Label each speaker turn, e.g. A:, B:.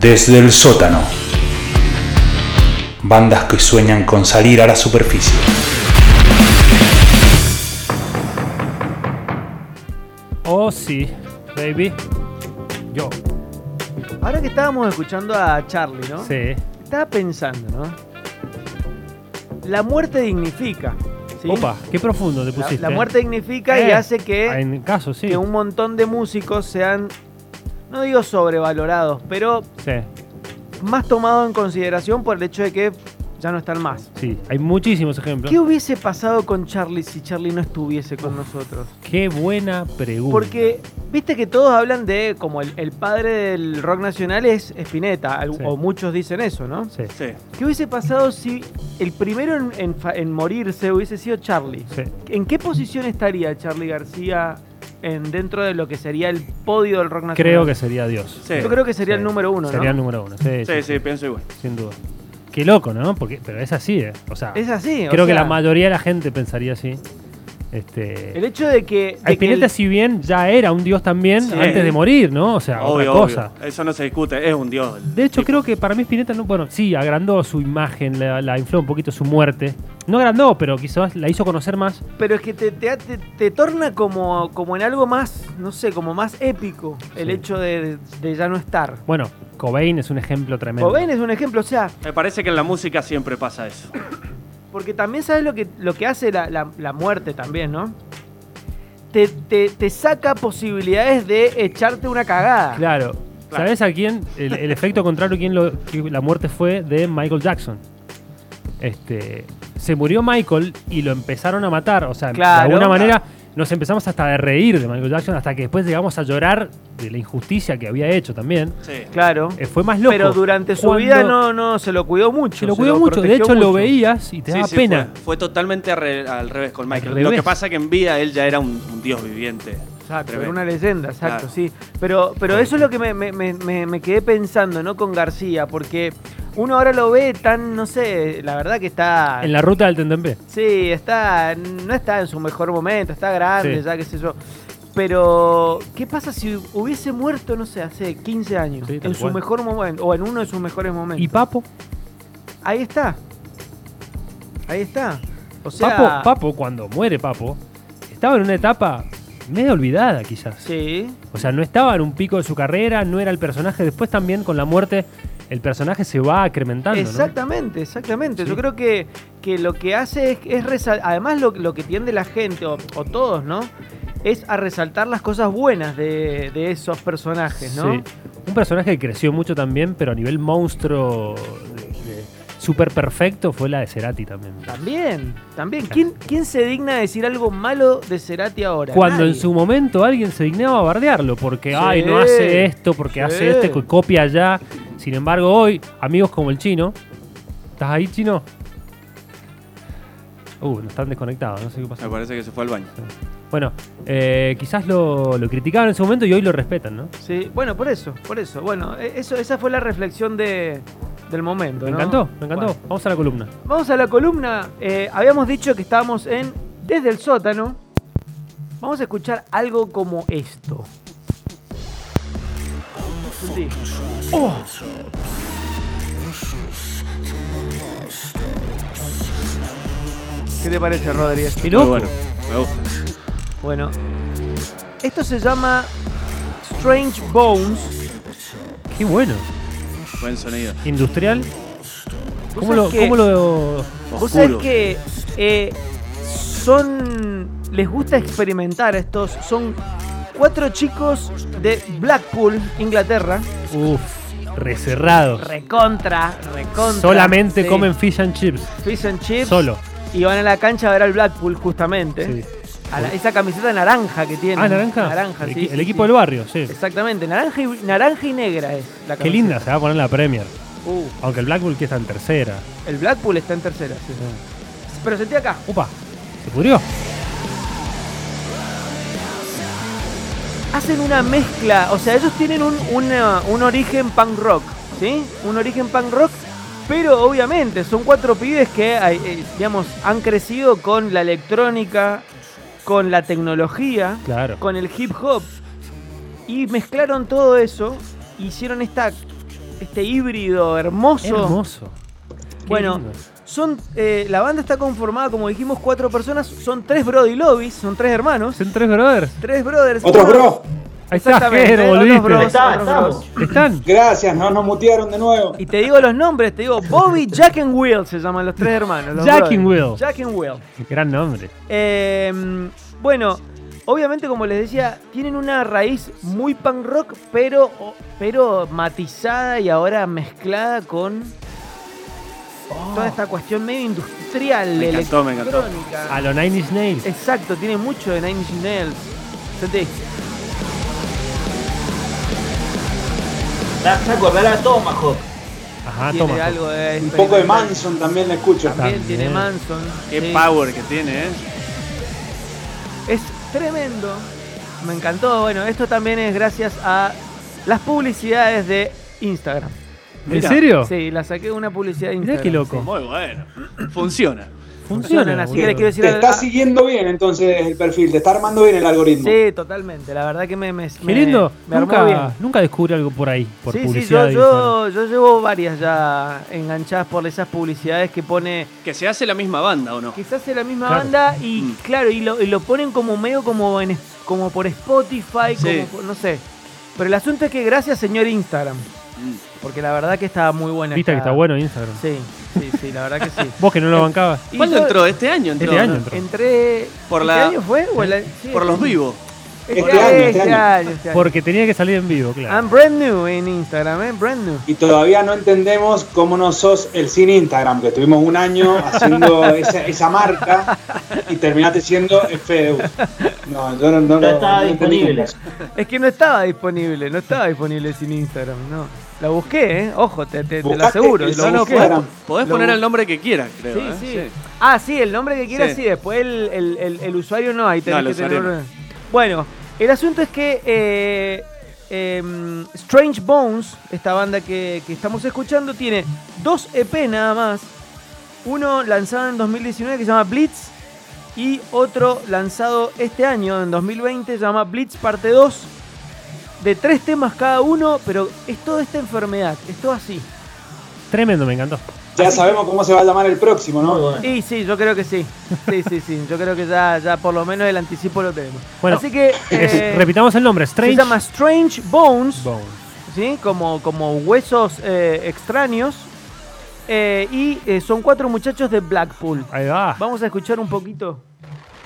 A: Desde el sótano. Bandas que sueñan con salir a la superficie.
B: Oh sí, baby. Yo.
C: Ahora que estábamos escuchando a Charlie, ¿no?
B: Sí.
C: Estaba pensando, ¿no? La muerte dignifica. ¿sí?
B: Opa, qué profundo te
C: La,
B: pusiste.
C: la muerte dignifica y
B: Eh,
C: hace que,
B: En caso, sí.
C: que un montón de músicos sean, no digo sobrevalorados, pero
B: Sí,
C: más tomados en consideración por el hecho de que ya no están más.
B: sí. Hay muchísimos ejemplos.
C: ¿Qué
B: Qué,
C: hubiese pasado con Charlie si Charlie no estuviese con nosotros?
B: buena pregunta.
C: Porque, viste que todos hablan de como el, el padre del rock nacional es Spinetta, al-
B: Sí.
C: o muchos dicen eso, ¿no?
B: Sí,
A: Sí.
C: ¿Qué hubiese pasado si el primero en, en fa- en morirse hubiese sido Charlie?
B: sí.
C: ¿En qué posición estaría Charlie García en, dentro de lo que sería el podio del rock nacional?
B: Creo que sería Dios.
D: Sí,
C: Yo creo que sería
B: Sí.
C: el número uno,
B: Sería el
C: ¿no?
B: número uno. Sí, sí,
D: sí, sí, pienso igual.
B: sin duda. Qué loco, ¿no? Porque, pero es así, ¿eh? O sea,
C: Es así. o
B: creo que
C: sea,
B: la mayoría de la gente pensaría así. Este.
C: El hecho de que.
B: a
C: de que
B: Spinetta,
C: el-
B: si bien ya era un dios también,
D: Sí.
B: antes de morir, ¿no? O sea,
D: Obvio,
B: otra cosa.
D: obvio. Eso no se discute, es un dios. el
B: De hecho,
D: tipo.
B: creo que para mí Spinetta, no, bueno, sí, agrandó su imagen, la, la infló un poquito su muerte. No agrandó, pero quizás la hizo conocer más.
C: Pero es que te, te, te- te torna como, como en algo más, no sé, como más épico el
B: Sí.
C: hecho de, de ya no estar.
B: Bueno, Cobain es un ejemplo tremendo.
C: Cobain es un ejemplo, o sea,
D: Me parece que en la música siempre pasa eso.
C: Porque también sabes lo que, lo que hace la, la- la muerte también, ¿no? Te, te- te saca posibilidades de echarte una cagada.
B: Claro.
D: Claro.
B: ¿Sabes a quién? El, el efecto contrario, quién lo, que la muerte fue de Michael Jackson. Este, se murió Michael y lo empezaron a matar. O sea,
C: Claro.
B: de alguna manera nos empezamos hasta a reír de Michael Jackson, hasta que después llegamos a llorar de la injusticia que había hecho también.
D: Sí.
C: Claro.
B: Eh, fue más loco.
C: Pero durante su
B: Cuando-
C: vida no, no se lo cuidó mucho.
B: Se lo cuidó mucho, de
C: protegió
B: hecho lo
C: mucho.
B: veías y te
D: Sí,
B: daba
D: sí,
B: pena.
D: Fue, fue totalmente al re- al revés con Michael.
B: Al
D: Lo
B: revés.
D: que pasa que en vida él ya era un, un dios viviente.
C: Exacto, era
D: Tremendo.
C: una leyenda, exacto,
D: Claro.
C: sí. Pero, pero eso es lo que me, me- me- me- me quedé pensando, ¿no? Con García, porque uno ahora lo ve tan, no sé, la verdad que está.
B: En la ruta del Tendempé.
C: Sí, está, no está en su mejor momento, está grande,
B: Sí.
C: ya qué sé yo. Pero, ¿qué pasa si hubiese muerto, no sé, hace 15 años?
B: Sí, tal
C: en su
B: cual.
C: mejor momento, o en uno de sus mejores momentos.
B: ¿Y Papo?
C: Ahí está. Ahí está. O sea,
B: Papo, Papo, cuando muere Papo, estaba en una etapa medio olvidada quizás.
C: Sí,
B: O sea, no estaba en un pico de su carrera, no era el personaje. Después también con la muerte, el personaje se va acrementando. ¿no?
C: exactamente, exactamente.
B: Sí.
C: Yo creo que, que lo que hace es, es resal- además lo, lo que tiende la gente, o, o todos, ¿no? Es a resaltar las cosas buenas de, de esos personajes, ¿no?
B: Sí. Un personaje que creció mucho también, pero a nivel monstruo, de- de súper perfecto, fue la de Cerati también.
C: También, también. ¿Quién, ¿Quién se digna a decir algo malo de Cerati ahora?
B: Cuando en
C: Nadie.
B: su momento alguien se dignaba a bardearlo, porque
C: Sí.
B: ay, no hace esto, porque
C: Sí.
B: hace este, co- copia allá. Sin embargo, hoy, amigos como el chino, ¿estás ahí, chino? Uh, no están desconectados, no sé qué
D: Me
B: pasó.
D: parece que se fue al baño.
B: Bueno, eh, quizás lo, lo criticaban en su momento y hoy lo respetan, ¿no?
C: Sí, bueno, por eso, por eso. Bueno, e- eso, esa fue la reflexión de, del momento.
B: Me
C: ¿no?
B: encantó, me encantó.
C: Bueno,
B: Vamos a la columna.
C: vamos a la columna. Eh, habíamos dicho que estábamos en Desde el sótano. Vamos a escuchar algo como esto. Sí.
B: Oh.
C: ¿Qué te parece, Rodríguez?
B: Qué
D: Muy
B: loco.
D: bueno, me gusta.
C: Bueno, esto se llama Strange Bones.
B: Qué bueno.
D: Buen sonido.
B: Industrial.
C: Vos
B: ¿Cómo
C: sabés
B: lo,
C: que-
B: cómo lo.?
C: Vos sabés
D: Oscuro.
C: que eh, son. Les gusta experimentar a estos. Son cuatro chicos de Blackpool, Inglaterra.
B: Uf, reserrado.
C: Recontra, recontra.
B: Solamente
C: sí.
B: comen fish and chips.
C: Fish and chips.
B: Solo.
C: Y van a la cancha a ver al Blackpool, justamente.
B: Sí.
C: A la- esa camiseta naranja que tiene.
B: Ah, naranja.
C: Naranja,
B: el,
C: sí,
B: equi-
C: sí,
B: el equipo
C: sí.
B: del barrio, sí.
C: Exactamente, naranja y, naranja y negra es la
B: Qué
C: camiseta.
B: linda se va a poner la Premier.
C: Uh.
B: Aunque el Blackpool que está en tercera.
C: El Blackpool está en tercera, sí. Pero sentí acá.
B: Upa, se pudrió.
C: Hacen una mezcla, o sea, ellos tienen un, una- un origen punk rock, ¿sí? Un origen punk rock, pero obviamente son cuatro pibes que, ay, eh, digamos, han crecido con la electrónica, con la tecnología,
B: Claro.
C: con el hip hop. Y mezclaron todo eso, hicieron esta este híbrido hermoso.
B: Hermoso. Qué
C: Bueno,
B: lindo.
C: Son, eh, la banda está conformada, como dijimos, cuatro personas. Son tres Brody Lobbies, son tres hermanos.
B: son tres brothers.
C: Tres brothers.
E: Otros
C: uno-
E: bro.
B: Ahí está,
C: Exactamente,
B: Jero,
C: otros
B: volviste.
C: bros,
F: Está,
C: otros
F: estamos.
C: bros.
B: Están.
E: Gracias, no nos mutearon de nuevo.
C: Y te digo los nombres, te digo Bobby, Jack and Will se llaman los tres hermanos. los
B: Jack and
C: brothers.
B: Will.
C: Jack and Will.
B: Gran nombre.
C: Eh, bueno, obviamente, como les decía, tienen una raíz muy punk rock, pero, pero matizada y ahora mezclada con
B: Oh.
C: toda esta cuestión medio industrial,
D: Me encantó, me encantó.
C: electrónica.
B: A los Nine Inch Nails.
C: Exacto, tiene mucho de Nine Inch Nails. Sentí.
F: Me hace acordar a Tomahawk.
B: Ajá,
C: tiene
B: Ah, toma.
C: algo de
E: Un poco de Manson también la escucho.
C: También
B: También.
C: tiene Manson.
D: Qué
C: sí.
D: power que tiene, ¿eh?
C: Es tremendo. Me encantó. Bueno, esto también es gracias a las publicidades de Instagram.
B: ¿En
D: Mira.
B: serio?
C: Sí, la saqué de una publicidad de
B: Mirá
C: Instagram.
B: qué loco.
D: Muy bueno. Funciona.
C: Funcionan,
B: Funciona,
C: así que le quiero
B: boludo.
C: decir
E: Te
C: al-
E: está
C: a-
E: siguiendo bien entonces el perfil, te está armando bien el algoritmo.
C: Sí, totalmente. La verdad que me. me
B: Qué lindo.
C: Me, me armó bien.
B: Nunca, nunca descubrí algo por ahí. Por
C: sí, sí,
B: publicidad.
C: yo,
B: y
C: yo, yo llevo varias ya enganchadas por esas publicidades que pone.
D: Que se hace la misma banda, ¿o no?
C: Quizás es la misma
B: Claro.
C: banda y
D: Mm.
C: claro, y lo, y lo ponen como medio como en como por Spotify,
D: Sí.
C: como por- no sé. Pero el asunto es que gracias señor Instagram,
D: Mm.
C: porque la verdad que está muy buena.
B: esas- Viste que
C: esta-
B: está bueno Instagram.
C: Sí, sí, sí, la verdad que sí.
B: Vos que no lo bancabas.
C: Y
D: ¿Cuándo
C: yo
D: entró? ¿Este año entró?
B: Este año
D: no?
B: entró.
C: Entré
D: Por
C: ¿este
D: la-
C: año fue? O el- sí,
D: Por los vivos.
C: Este,
E: Este
C: año,
E: año, este
C: este
E: año.
C: año, este año.
B: Porque tenía que salir en vivo, claro.
C: I'm brand new en Instagram, eh, brand new.
E: Y todavía no entendemos cómo no sos el sin Instagram, que estuvimos un año haciendo esa, esa marca y terminaste siendo FDU. No, yo no, no,
F: Ya
E: lo-
F: estaba
E: no entendí
F: disponible.
E: eso.
C: Es que no estaba disponible, no estaba disponible sin Instagram, no. La busqué, eh. Ojo, te, te- te lo
E: Buscaste
C: aseguro.
E: el
C: lo
E: sin
C: busqué.
E: Instagram.
D: Podés
E: Lo
D: poner el nombre que quieras, creo.
C: Sí,
D: ¿eh?
C: sí. Ah, sí, el nombre que quieras, sí.
D: Sí.
C: Después el, el- el- el usuario no, ahí tenés
D: No, el
C: que tener...
D: usuario
C: Bueno, el asunto es que eh, em, Strange Bones, esta banda que, que estamos escuchando, tiene dos EP nada más. Uno lanzado en 2019 que se llama Blitz y otro lanzado este año, en 2020, se llama Blitz Parte 2. De tres temas cada uno, pero es toda esta enfermedad, es todo así. Ah.
B: Tremendo, me encantó.
E: Ya sabemos cómo se va a llamar el próximo,
F: Muy
E: ¿no?
F: bueno.
C: Y sí, yo creo que sí. Sí, sí, sí. Yo creo que ya, ya por lo menos el anticipo lo tenemos.
B: Bueno,
C: Así que
B: Es-
C: eh,
B: repitamos el nombre: Strange
C: se llama Strange Bones,
B: Bones.
C: ¿sí? Como, como huesos eh, extraños. Eh, y eh, son cuatro muchachos de Blackpool.
B: Ahí va.
C: Vamos a escuchar un poquito.